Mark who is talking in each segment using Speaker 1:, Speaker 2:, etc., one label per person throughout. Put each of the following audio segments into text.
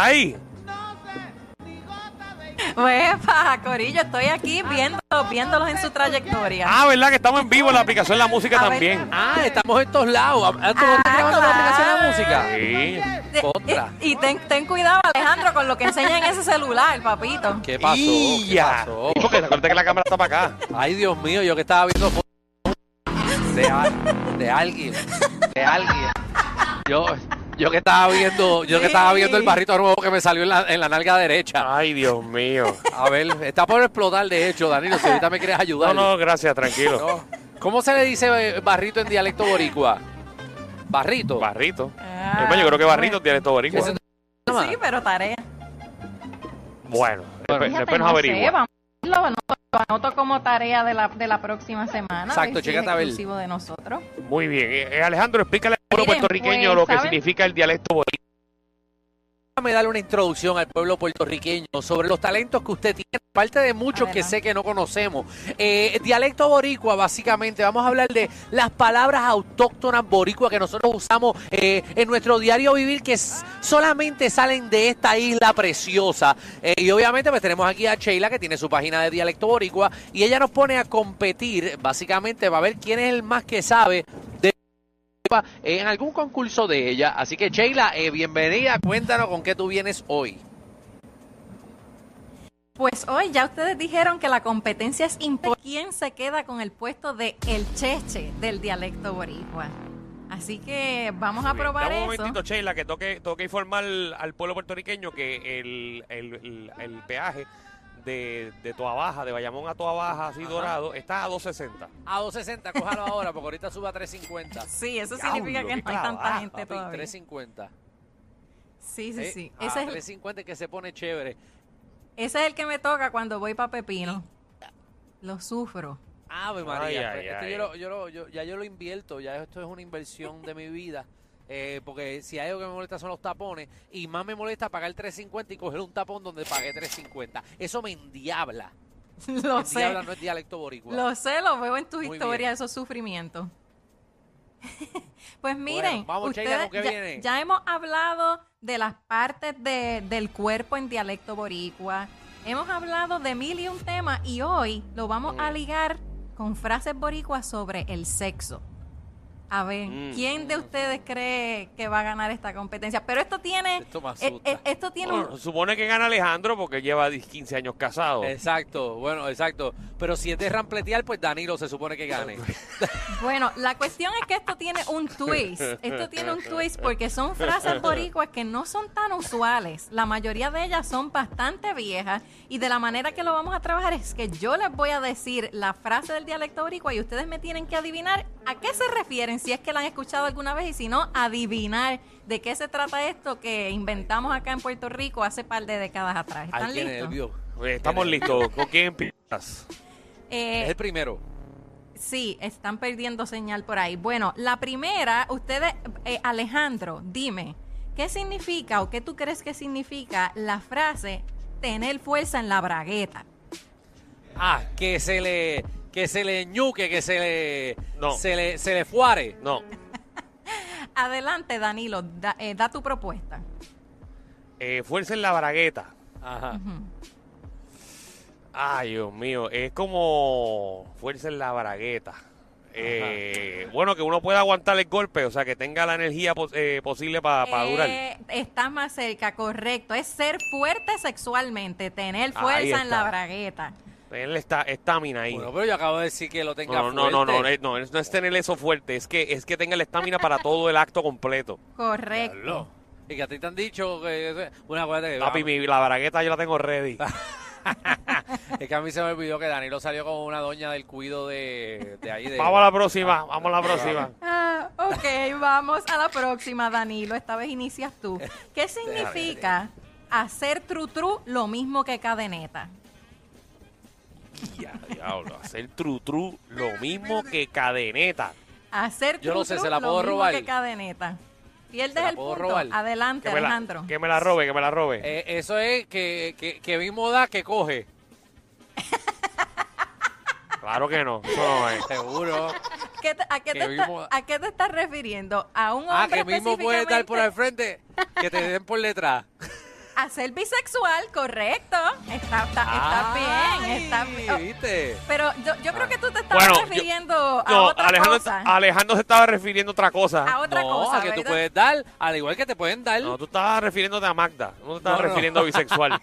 Speaker 1: hay?
Speaker 2: Uepa, Corillo, estoy aquí viendo, viéndolos en su trayectoria.
Speaker 1: Ah, ¿verdad? Que estamos en vivo en la aplicación de la música
Speaker 2: A ver.
Speaker 1: también.
Speaker 3: Ah, estamos en todos lados. Ah, ¿Tú no
Speaker 2: Ah,
Speaker 3: estás grabando la aplicación de la música?
Speaker 1: Sí.
Speaker 2: De-
Speaker 3: Otra.
Speaker 2: Eh, Y, y ten, ten cuidado, Alejandro, con lo que enseña en ese celular, papito.
Speaker 3: ¿Qué pasó? ¿Qué
Speaker 1: Ya.
Speaker 3: pasó?
Speaker 1: Sí, Porque recuerda que la cámara está para acá.
Speaker 3: Ay, Dios mío, yo que estaba viendo fotos de, al- de alguien. De alguien. Yo, yo que estaba viendo, yo que estaba viendo el barrito nuevo que me salió en la, en la nalga derecha.
Speaker 1: Ay, Dios mío.
Speaker 3: A ver, está por explotar de hecho, Danilo, si ahorita me quieres
Speaker 1: No,
Speaker 3: ayudar.
Speaker 1: no, gracias, tranquilo.
Speaker 3: No. ¿Cómo se le dice eh, barrito en dialecto boricua? Barrito.
Speaker 1: Barrito.
Speaker 2: Ah,
Speaker 1: Hermano, Eh, pues, yo creo que Barrito
Speaker 2: bueno.
Speaker 1: tiene todo boricua.
Speaker 3: Ese-
Speaker 2: Sí, pero tarea.
Speaker 1: Bueno, después,
Speaker 2: Fíjate,
Speaker 1: después nos
Speaker 2: no sé,
Speaker 1: averigua.
Speaker 2: vamos, Lo anoto, lo anoto como tarea de la, de la próxima semana.
Speaker 3: Exacto,
Speaker 2: ver si es
Speaker 3: chécate a ver.
Speaker 2: exclusivo de nosotros.
Speaker 1: Muy bien. Eh, eh, Alejandro, explícale al pueblo
Speaker 2: Miren,
Speaker 1: puertorriqueño
Speaker 2: pues,
Speaker 1: lo que
Speaker 2: ¿saben?
Speaker 1: significa el dialecto boricua.
Speaker 3: Déjame darle una introducción al pueblo puertorriqueño sobre los talentos que usted tiene, parte de muchos que
Speaker 2: Adelante.
Speaker 3: sé que no conocemos. Eh, dialecto boricua, básicamente, vamos a hablar de las palabras autóctonas boricua que nosotros usamos eh, en nuestro diario vivir, que s- solamente salen de esta isla preciosa. Eh, y obviamente pues tenemos aquí a Sheila, que tiene su página de dialecto boricua, y ella nos pone a competir, básicamente, va a ver quién es el más que sabe de participa en algún concurso de ella. Así que, Sheila, eh, bienvenida. Cuéntanos con qué tú vienes hoy.
Speaker 2: Pues hoy ya ustedes dijeron que la competencia es importante. ¿Quién se queda con el puesto de el cheche del dialecto boricua? Así que vamos a probar
Speaker 1: Dame Pues, un
Speaker 2: eso.
Speaker 1: momentito, Sheila, que toque, toque informar al pueblo puertorriqueño que el, el, el, el peaje de, de Toa Baja, de Bayamón a Toa Baja, así
Speaker 3: Ajá.
Speaker 1: dorado, está a 260.
Speaker 3: A 260, cójalo ahora, porque ahorita suba a 350.
Speaker 2: Sí, eso
Speaker 1: Diablo,
Speaker 2: significa que
Speaker 1: qué
Speaker 2: no hay tanta
Speaker 1: trabajo,
Speaker 2: gente
Speaker 3: Papi,
Speaker 2: todavía.
Speaker 3: 350.
Speaker 2: Sí, sí,
Speaker 3: Eh,
Speaker 2: sí.
Speaker 3: a
Speaker 2: Ese, es,
Speaker 3: 350 que se pone chévere.
Speaker 2: ese es el que me toca cuando voy para Pepino. Lo sufro.
Speaker 3: Ave Ah, pues, María.
Speaker 1: Ay, ay,
Speaker 3: esto
Speaker 1: ay.
Speaker 3: Yo lo- yo lo- yo- ya yo lo invierto, ya esto es una inversión de mi vida. eh, porque si hay algo que me molesta son los tapones y más me molesta pagar 350 y coger un tapón donde pagué 350. Eso me endiabla.
Speaker 2: Lo
Speaker 3: Endiabla
Speaker 2: sé.
Speaker 3: no es dialecto boricua.
Speaker 2: Lo sé, lo veo en tus
Speaker 3: Muy
Speaker 2: historias,
Speaker 3: bien.
Speaker 2: esos sufrimientos. pues miren,
Speaker 3: vamos,
Speaker 2: ustedes,
Speaker 3: Sheila, ¿con qué
Speaker 2: ya,
Speaker 3: viene?
Speaker 2: ya hemos hablado de las partes de- del cuerpo en dialecto boricua. Hemos hablado de mil y un temas y hoy lo vamos
Speaker 3: Mm.
Speaker 2: a ligar con frases boricuas sobre el sexo. A ver,
Speaker 1: Mm.
Speaker 2: ¿quién de ustedes cree que va a ganar esta competencia? Pero esto tiene,
Speaker 3: Esto me
Speaker 2: eh,
Speaker 3: asusta. Oh.
Speaker 2: eh, esto tiene un-
Speaker 1: Bueno, supone que gana Alejandro porque lleva 15 años casado.
Speaker 3: Exacto, bueno, exacto. Pero si es de rampletear, pues Danilo se supone que gane.
Speaker 2: Bueno, la cuestión es que esto tiene un twist. Esto tiene un twist porque son frases boricuas que no son tan usuales. La mayoría de ellas son bastante viejas y de la manera que lo vamos a trabajar es que yo les voy a decir la frase del dialecto boricua y ustedes me tienen que adivinar a qué se refieren, si es que la han escuchado alguna vez y si no, adivinar de qué se trata esto que inventamos acá en Puerto Rico hace par de décadas atrás. ¿Están
Speaker 3: Ay, qué
Speaker 2: listos?
Speaker 3: nervio.
Speaker 1: Eh, Estamos listos. ¿Con quién empiezas?
Speaker 2: Eh,
Speaker 3: Es el primero.
Speaker 2: Sí, están perdiendo señal por ahí. Bueno, la primera, ustedes, eh, Alejandro, dime, ¿qué significa o qué tú crees que significa la frase tener fuerza en la bragueta?
Speaker 3: Ah, que se le que se le ñuque, que se le
Speaker 1: No.
Speaker 3: se le se le fuare.
Speaker 1: No.
Speaker 2: Adelante, Danilo, da, eh, da tu propuesta.
Speaker 1: Eh, fuerza en la bragueta.
Speaker 3: Ajá.
Speaker 1: Ay, Dios mío, es como fuerza en la bragueta. Eh, bueno, que uno pueda aguantar el golpe, o sea, que tenga la energía pos- eh, posible para durar.
Speaker 2: Eh, estás más cerca, correcto. Es ser fuerte sexualmente, tener
Speaker 1: Ahí
Speaker 2: fuerza en la
Speaker 1: está.
Speaker 2: bragueta.
Speaker 1: Tener esta estamina ahí.
Speaker 3: Bueno, pero yo acabo de decir que lo tenga
Speaker 1: no, no, no, no, no,
Speaker 3: fuerte.
Speaker 1: eh, no, es- no es tener eso fuerte, es que es que tenga la estamina para todo el acto completo.
Speaker 2: Correcto.
Speaker 3: Diablo. Y que a ti te han dicho que bueno, acuérdate que
Speaker 1: Papi, mi- la bragueta yo la tengo ready.
Speaker 3: es que a mí se me olvidó que Danilo salió con una doña del cuido de, de ahí de
Speaker 1: Vamos a la próxima, vamos a la próxima.
Speaker 2: Ah, ok, vamos a la próxima, Danilo. Esta vez inicias tú. ¿Qué significa hacer tru tru lo mismo que cadeneta?
Speaker 1: Ya, diablo, hacer tru tru lo mismo que cadeneta.
Speaker 2: Hacer tru
Speaker 3: Yo no sé,
Speaker 2: tru
Speaker 3: ¿se la
Speaker 2: lo
Speaker 3: puedo
Speaker 2: mismo
Speaker 3: robar?
Speaker 2: que cadeneta. Pierdes
Speaker 3: ¿Se la
Speaker 2: el
Speaker 3: puedo
Speaker 2: punto.
Speaker 3: robar?
Speaker 2: Adelante,
Speaker 1: Que me, la,
Speaker 2: Alejandro.
Speaker 1: que me la robe, que me la robe.
Speaker 3: Eh, eso es que que que mismo da que coge.
Speaker 1: Claro que no, eso no es.
Speaker 3: Seguro.
Speaker 2: ¿Qué te- a, qué
Speaker 3: que
Speaker 2: te está-
Speaker 3: mismo-
Speaker 2: a qué te estás refiriendo? ¿A un hombre
Speaker 3: ah, que mismo puede estar por
Speaker 2: específicamente?
Speaker 3: al frente, que te den por detrás.
Speaker 2: a ser bisexual, correcto. Está, está, está bien, está bien.
Speaker 3: ¿Viste?
Speaker 2: Pero yo, yo creo que tú te estabas
Speaker 1: Bueno, yo-
Speaker 2: refiriendo a
Speaker 1: No,
Speaker 2: otra
Speaker 1: Alejandro,
Speaker 2: cosa.
Speaker 1: Alejandro se estaba refiriendo a otra cosa.
Speaker 2: A otra
Speaker 3: no,
Speaker 2: cosa,
Speaker 3: a que tú
Speaker 2: ¿verdad?
Speaker 3: puedes dar, al igual que te pueden dar.
Speaker 1: No, tú estabas refiriéndote a Magda. No te estabas
Speaker 3: No, no.
Speaker 1: refiriendo a bisexual.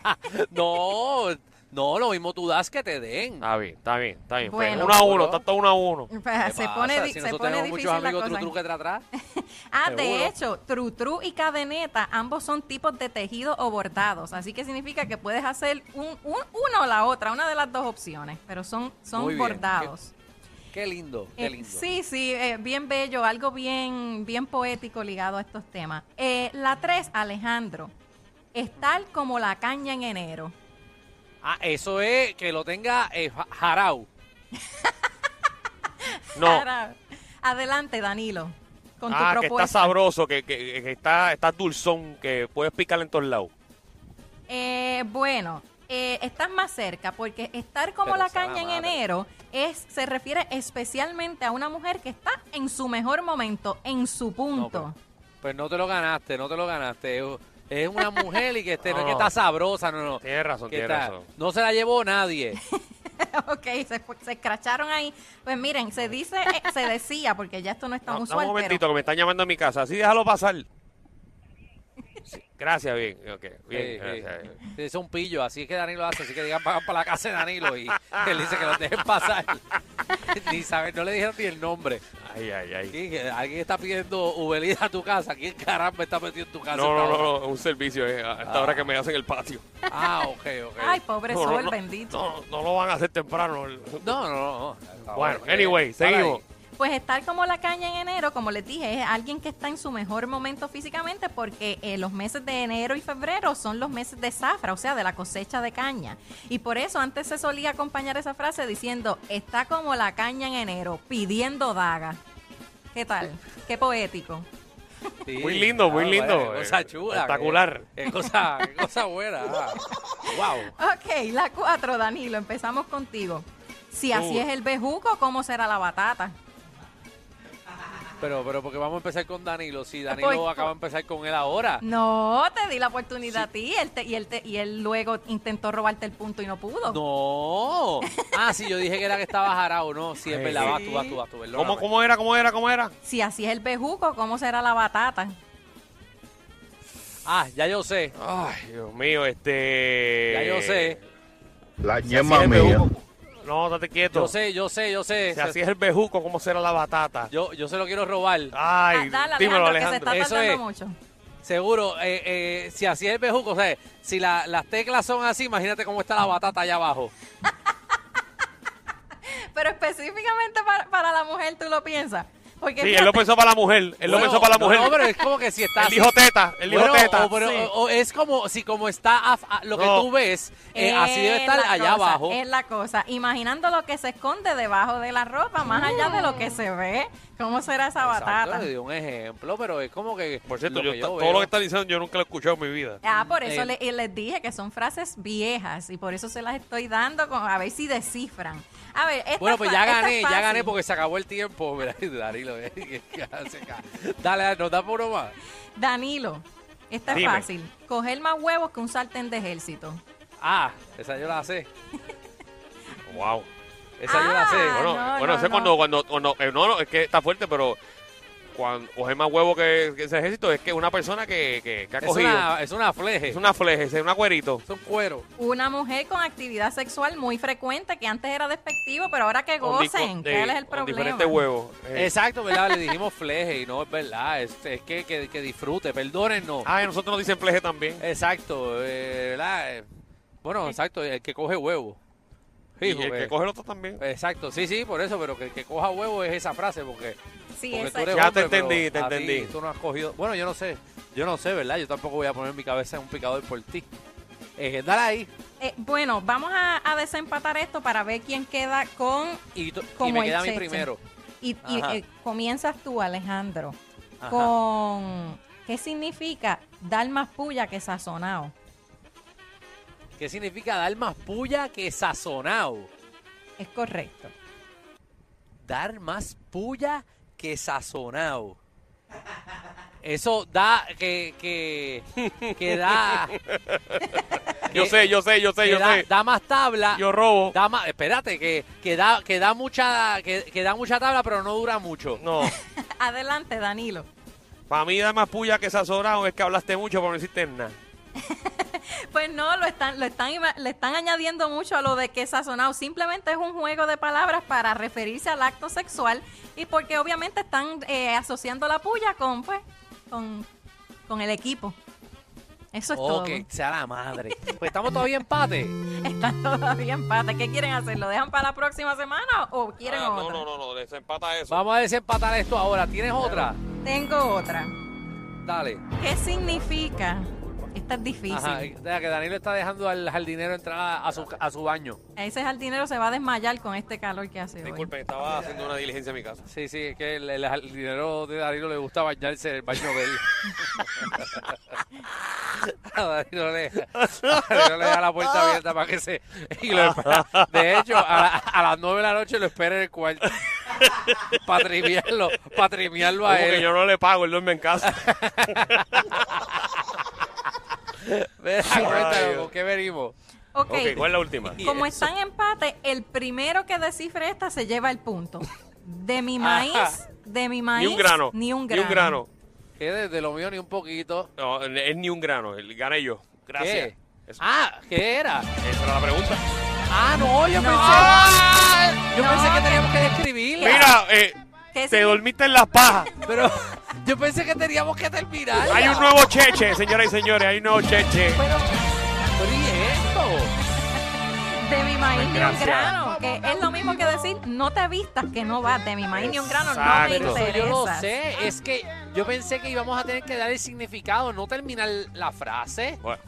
Speaker 3: No, no, lo mismo tú das que te den.
Speaker 1: está bien, está bien, está bien. Pues,
Speaker 2: Bueno.
Speaker 1: uno a uno, está todo uno a uno.
Speaker 2: Pues,
Speaker 3: ¿Qué
Speaker 2: se
Speaker 3: pasa?
Speaker 2: pone, di-
Speaker 3: si
Speaker 2: se
Speaker 3: nosotros
Speaker 2: pone
Speaker 3: tenemos
Speaker 2: difícil
Speaker 3: muchos
Speaker 2: la
Speaker 3: amigos
Speaker 2: cosa.
Speaker 3: tru, tru que tra, tra.
Speaker 2: Ah,
Speaker 1: Seguro.
Speaker 2: de hecho, tru tru y cadeneta, ambos son tipos de tejido o bordados, así que significa que puedes hacer un, un- una o la otra, una de las dos opciones, pero son,
Speaker 3: Muy
Speaker 2: son
Speaker 3: bien.
Speaker 2: bordados.
Speaker 3: Qué lindo, qué
Speaker 2: Eh,
Speaker 3: lindo.
Speaker 2: sí, sí, eh, bien bello, algo bien, bien poético ligado a estos temas. Eh, la tres, Alejandro, es tal como la caña en enero.
Speaker 3: Ah, eso es que lo tenga eh, ja- Jarau.
Speaker 1: No.
Speaker 2: Ahora, adelante, Danilo, con tu
Speaker 1: Ah, que
Speaker 2: propuesta.
Speaker 1: está sabroso, que, que- que está, está dulzón, que puedes picarle en todos lados.
Speaker 2: Eh, bueno, eh, estás más cerca porque estar como
Speaker 3: Pero
Speaker 2: la
Speaker 3: sea la
Speaker 2: caña en
Speaker 3: madre.
Speaker 2: enero es se refiere especialmente a una mujer que está en su mejor momento, en su
Speaker 3: No,
Speaker 2: punto.
Speaker 3: pues, pues no te lo ganaste, no te lo ganaste. Es- Es una mujer y que este, no es que
Speaker 1: No.
Speaker 3: está sabrosa, no, no.
Speaker 1: Tienes razón,
Speaker 3: Que
Speaker 1: tienes
Speaker 3: está-
Speaker 1: razón.
Speaker 3: no se la llevó nadie.
Speaker 2: ok, se, fue- se escracharon ahí. Pues miren, se dice, eh, se decía, porque ya esto no es
Speaker 1: No,
Speaker 2: tan
Speaker 1: dame
Speaker 2: usual,
Speaker 1: un momentito,
Speaker 2: pero
Speaker 1: que me están llamando a mi casa. Así déjalo pasar. Sí, Gracias, bien. ok, bien,
Speaker 3: Sí, sí.
Speaker 1: gracias, bien.
Speaker 3: Sí, Es un pillo, así es que Danilo hace, así que digan pagan para la casa de Danilo y él dice que los dejen pasar. ni saben, no le dijeron ni el nombre.
Speaker 1: Ay, ay, ay.
Speaker 3: Aquí, que Alguien está pidiendo Uber Eats a tu casa. ¿Quién caramba está metido en tu casa?
Speaker 1: No, no,
Speaker 3: esta
Speaker 1: no,
Speaker 3: hora?
Speaker 1: no, un servicio, eh, a esta
Speaker 3: Ah.
Speaker 1: hora que me hacen el patio.
Speaker 3: Ah, ok, ok.
Speaker 2: ay, pobre
Speaker 1: No, no,
Speaker 2: sol
Speaker 1: no,
Speaker 2: bendito.
Speaker 1: No, no lo van a hacer temprano.
Speaker 3: No, no, no.
Speaker 1: Bueno, anyway,
Speaker 3: Para ahí.
Speaker 1: seguimos.
Speaker 2: Pues estar como la caña en enero, como les dije, es alguien que está en su mejor momento físicamente porque eh, los meses de enero y febrero son los meses de zafra, o sea, de la cosecha de caña. Y por eso antes se solía acompañar esa frase diciendo, está como la caña en enero, pidiendo daga. ¿Qué tal? Qué poético.
Speaker 3: Sí,
Speaker 1: Muy lindo, muy lindo,
Speaker 3: vaya, qué cosa
Speaker 1: eh,
Speaker 3: chula.
Speaker 1: espectacular.
Speaker 3: Qué, qué cosa, qué cosa buena. ah. Wow.
Speaker 2: Ok, la cuatro, Danilo, empezamos contigo. Si así
Speaker 1: Uy.
Speaker 2: es el bejuco, ¿cómo será la batata?
Speaker 3: Pero, pero, porque vamos a empezar con Danilo. Si Danilo
Speaker 2: Por-
Speaker 3: acaba de empezar con él ahora.
Speaker 2: No, te di la oportunidad a ti él te- y, él te- y él luego intentó robarte el punto y no pudo.
Speaker 3: No. Ah, sí, yo dije que era que estaba jarao, no. Sí, es
Speaker 1: Sí.
Speaker 3: verdad, vas tú, vas tú, vas tú.
Speaker 1: ¿Cómo,
Speaker 3: perdóname.
Speaker 1: ¿Cómo era, cómo era, cómo era?
Speaker 2: Si así es el bejuco, ¿cómo será la batata?
Speaker 3: Ah, ya yo sé.
Speaker 1: Ay, Dios mío, este...
Speaker 3: Ya yo sé.
Speaker 4: La
Speaker 3: Así
Speaker 4: ñema
Speaker 3: es,
Speaker 4: mía.
Speaker 3: Bejuco.
Speaker 1: No, date quieto.
Speaker 3: Yo sé, yo sé, yo sé.
Speaker 1: Si así es el bejuco, ¿cómo será la batata?
Speaker 3: Yo, yo se lo quiero robar.
Speaker 1: Ay,
Speaker 2: Ah, dale,
Speaker 1: dímelo,
Speaker 2: Alejandro,
Speaker 1: Alejandro.
Speaker 2: que se
Speaker 3: Eso
Speaker 2: está tardando
Speaker 3: es.
Speaker 2: mucho.
Speaker 3: Seguro, eh, eh, si así es el bejuco, o sea, si la- las teclas son así, imagínate cómo
Speaker 1: Ah.
Speaker 3: está la batata allá abajo.
Speaker 2: Pero específicamente para, para la mujer, ¿tú lo piensas? Porque
Speaker 1: Sí, él lo pensó para la mujer. Él lo
Speaker 3: Bueno,
Speaker 1: pensó para la mujer.
Speaker 3: No, pero es como que si está
Speaker 1: Él dijo
Speaker 3: así-
Speaker 1: teta, él dijo
Speaker 3: Bueno,
Speaker 1: teta.
Speaker 3: o- pero-
Speaker 1: Sí.
Speaker 3: o- o es como si como está af- a- lo que
Speaker 1: No.
Speaker 3: tú ves, eh,
Speaker 2: Es
Speaker 3: así debe estar
Speaker 2: la
Speaker 3: allá
Speaker 2: cosa,
Speaker 3: abajo.
Speaker 2: Es la cosa. Imaginando lo que se esconde debajo de la ropa, más allá de lo que se ve, ¿cómo será esa
Speaker 3: Exacto, eh.
Speaker 2: batata?
Speaker 3: le di un ejemplo, pero es como que
Speaker 1: Por cierto,
Speaker 3: lo
Speaker 1: yo
Speaker 3: que
Speaker 1: ta- todo
Speaker 3: veo-
Speaker 1: lo que está diciendo yo nunca lo he escuchado en mi vida.
Speaker 2: Ah, por eso
Speaker 3: Eh.
Speaker 2: le- y les dije que son frases viejas y por eso se las estoy dando con, a ver si descifran. A ver, esta
Speaker 3: Bueno, pues
Speaker 2: fa-
Speaker 3: ya
Speaker 2: esta es
Speaker 3: gané, ya gané
Speaker 2: fácil.
Speaker 3: porque se acabó el tiempo. Mira, Danilo, eh, que- que se ca- dale, dale, nos da por uno más.
Speaker 2: Danilo, esta es
Speaker 1: Dime.
Speaker 2: fácil. Coger más huevos que un sartén de ejército.
Speaker 3: Ah, esa yo la sé.
Speaker 1: Wow.
Speaker 3: Esa yo la sé.
Speaker 2: Ah,
Speaker 1: Bueno,
Speaker 2: no,
Speaker 1: bueno
Speaker 2: no,
Speaker 1: sé
Speaker 2: no.
Speaker 1: cuando, cuando, cuando- eh, no, no, es que está fuerte, pero cuando coge más huevo que, que ese ejército, es que una persona que, que, que ha
Speaker 3: Es
Speaker 1: cogido.
Speaker 3: una, es una fleje.
Speaker 1: Es una fleje, es una cuerito.
Speaker 3: Es un cuero.
Speaker 2: Una mujer con actividad sexual muy frecuente, que antes era despectivo, pero ahora que
Speaker 1: con di-
Speaker 2: gocen,
Speaker 1: con-
Speaker 2: ¿qué
Speaker 1: de-
Speaker 2: es el
Speaker 1: Con
Speaker 2: problema?
Speaker 1: diferentes huevos. Eh,
Speaker 3: Exacto, ¿verdad? Le dijimos fleje y no es verdad. Es, es que, que, que disfrute, perdónennos.
Speaker 1: Ah, y nosotros nos dicen fleje también.
Speaker 3: Exacto, eh, ¿verdad? Eh, Bueno, exacto, el que coge huevo.
Speaker 1: Y
Speaker 3: Hijo,
Speaker 1: el que
Speaker 3: eh,
Speaker 1: coge el otro también.
Speaker 3: Exacto, sí, sí, por eso, pero que el que coja huevo es esa frase, porque,
Speaker 2: Sí,
Speaker 3: porque tú
Speaker 2: esa-
Speaker 3: eres
Speaker 1: Ya te
Speaker 3: hombre, pero
Speaker 1: entendí, te
Speaker 3: a ti
Speaker 1: entendí.
Speaker 3: Tú no has cogido. Bueno, yo no sé, yo no sé, ¿verdad? Yo tampoco voy a poner mi cabeza en un picador por ti. Eh, dale ahí.
Speaker 2: Eh, bueno, vamos a, a desempatar esto para ver quién queda con...
Speaker 3: Y, to- y
Speaker 2: Como
Speaker 3: me
Speaker 2: el
Speaker 3: queda mi
Speaker 2: cheche.
Speaker 3: primero.
Speaker 2: Y, y,
Speaker 3: Ajá.
Speaker 2: eh, comienzas tú, Alejandro,
Speaker 3: Ajá.
Speaker 2: con... ¿Qué significa dar más puya que sazonado?
Speaker 3: ¿Qué significa dar más puya que sazonado?
Speaker 2: Es correcto.
Speaker 3: Dar más puya que sazonado. Eso da que, que, que da,
Speaker 1: Yo
Speaker 3: Eh,
Speaker 1: sé, yo sé, yo sé,
Speaker 3: que
Speaker 1: yo
Speaker 3: da,
Speaker 1: sé.
Speaker 3: da más tabla.
Speaker 1: Yo robo.
Speaker 3: Da más, espérate, que, que da, que da mucha, que, que da mucha tabla, pero no dura mucho.
Speaker 1: No.
Speaker 2: Adelante, Danilo.
Speaker 1: Para mí da más puya que sazonado es que hablaste mucho pero no hiciste nada.
Speaker 2: Pues no, lo están, lo están, iba- le están añadiendo mucho a lo de que sazonado. Simplemente es un juego de palabras para referirse al acto sexual y porque obviamente están eh, asociando la puya con, pues, con, con el equipo. Eso es
Speaker 3: Oh, que sea la madre. Pues estamos todavía empate.
Speaker 2: todo. Están todavía empate. ¿Qué quieren hacer? ¿Lo dejan para la próxima semana o o quieren
Speaker 1: Ah,
Speaker 2: otra?
Speaker 1: no, no, no, no, desempata eso.
Speaker 3: Vamos a desempatar esto ahora. ¿Tienes otra?
Speaker 2: Tengo otra.
Speaker 3: Dale.
Speaker 2: ¿Qué significa? Esta es difícil.
Speaker 3: Ajá, eh, deja que Danilo está dejando al jardinero entrar a, a su, a su baño.
Speaker 2: Ese jardinero se va a desmayar con este calor que hace hoy.
Speaker 1: Disculpen, estaba haciendo una diligencia en mi casa.
Speaker 3: Sí, sí, es que el, el jardinero de Danilo le gusta bañarse en el baño de él. A Danilo le, a Danilo le deja la puerta abierta para que se... y lo espera. De hecho, a, la- a las nueve de la noche lo espera en el cuarto. Para triviarlo, para triviarlo a
Speaker 1: Como que
Speaker 3: él.
Speaker 1: yo no le pago, él duerme en casa.
Speaker 3: Mira,
Speaker 1: Ay,
Speaker 3: cuéntanos,
Speaker 1: Dios.
Speaker 3: ¿con qué venimos?
Speaker 2: Ok.
Speaker 1: ok, ¿cuál es la última?
Speaker 2: Como están empate, el primero que descifre esta se lleva el punto. De mi maíz,
Speaker 3: Ajá.
Speaker 2: de mi maíz.
Speaker 1: Ni un grano.
Speaker 2: Ni un grano.
Speaker 1: Ni un grano.
Speaker 3: Que desde lo mío ni un poquito.
Speaker 1: No, es ni un grano, el gané yo. Gracias.
Speaker 3: ¿Qué?
Speaker 1: Eso-
Speaker 3: Ah, ¿qué era?
Speaker 1: Esa era la pregunta.
Speaker 3: Ah, no, yo
Speaker 2: No.
Speaker 3: pensé. yo
Speaker 2: No.
Speaker 3: pensé que teníamos que describirla.
Speaker 1: Mira, eh,
Speaker 2: ¿Qué
Speaker 1: te
Speaker 2: significa?
Speaker 1: dormiste en las pajas.
Speaker 3: Pero yo pensé que teníamos que terminar.
Speaker 1: Hay un nuevo cheche, señoras y señores, hay un nuevo cheche.
Speaker 3: Pero, pero ¿y esto?
Speaker 2: De mi maíz, ni un
Speaker 1: Gracias.
Speaker 2: grano. Que es lo mismo que decir, no te vistas, que no vas. De mi maíz, ni un grano, no me
Speaker 1: Exacto.
Speaker 3: Pero eso
Speaker 2: interesa.
Speaker 3: yo lo sé. Es que yo pensé que íbamos a tener que dar el significado, no terminar la frase.
Speaker 1: Bueno,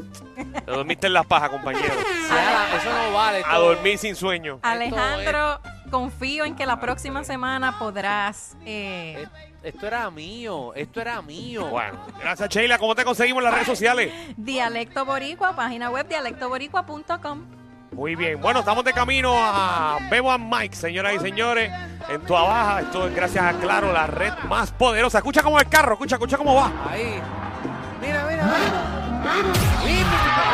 Speaker 1: te dormiste en las pajas, compañero.
Speaker 3: O sea, eso no vale.
Speaker 1: A dormir sin sueño.
Speaker 2: Ah. Alejandro, confío en que la próxima semana podrás. eh,
Speaker 3: Esto era mío, esto era mío.
Speaker 1: Bueno, gracias Sheila. ¿Cómo te conseguimos en las redes sociales?
Speaker 2: Dialecto Boricua, página web dialectoboricua.com.
Speaker 1: Muy bien. Bueno, estamos de camino a Bebo and Mike, señoras y señores. En tu abaja, esto es gracias a Claro, la red más poderosa. Escucha cómo es el carro, escucha, escucha cómo va.
Speaker 3: Ahí. Mira, mira, mira. Mira.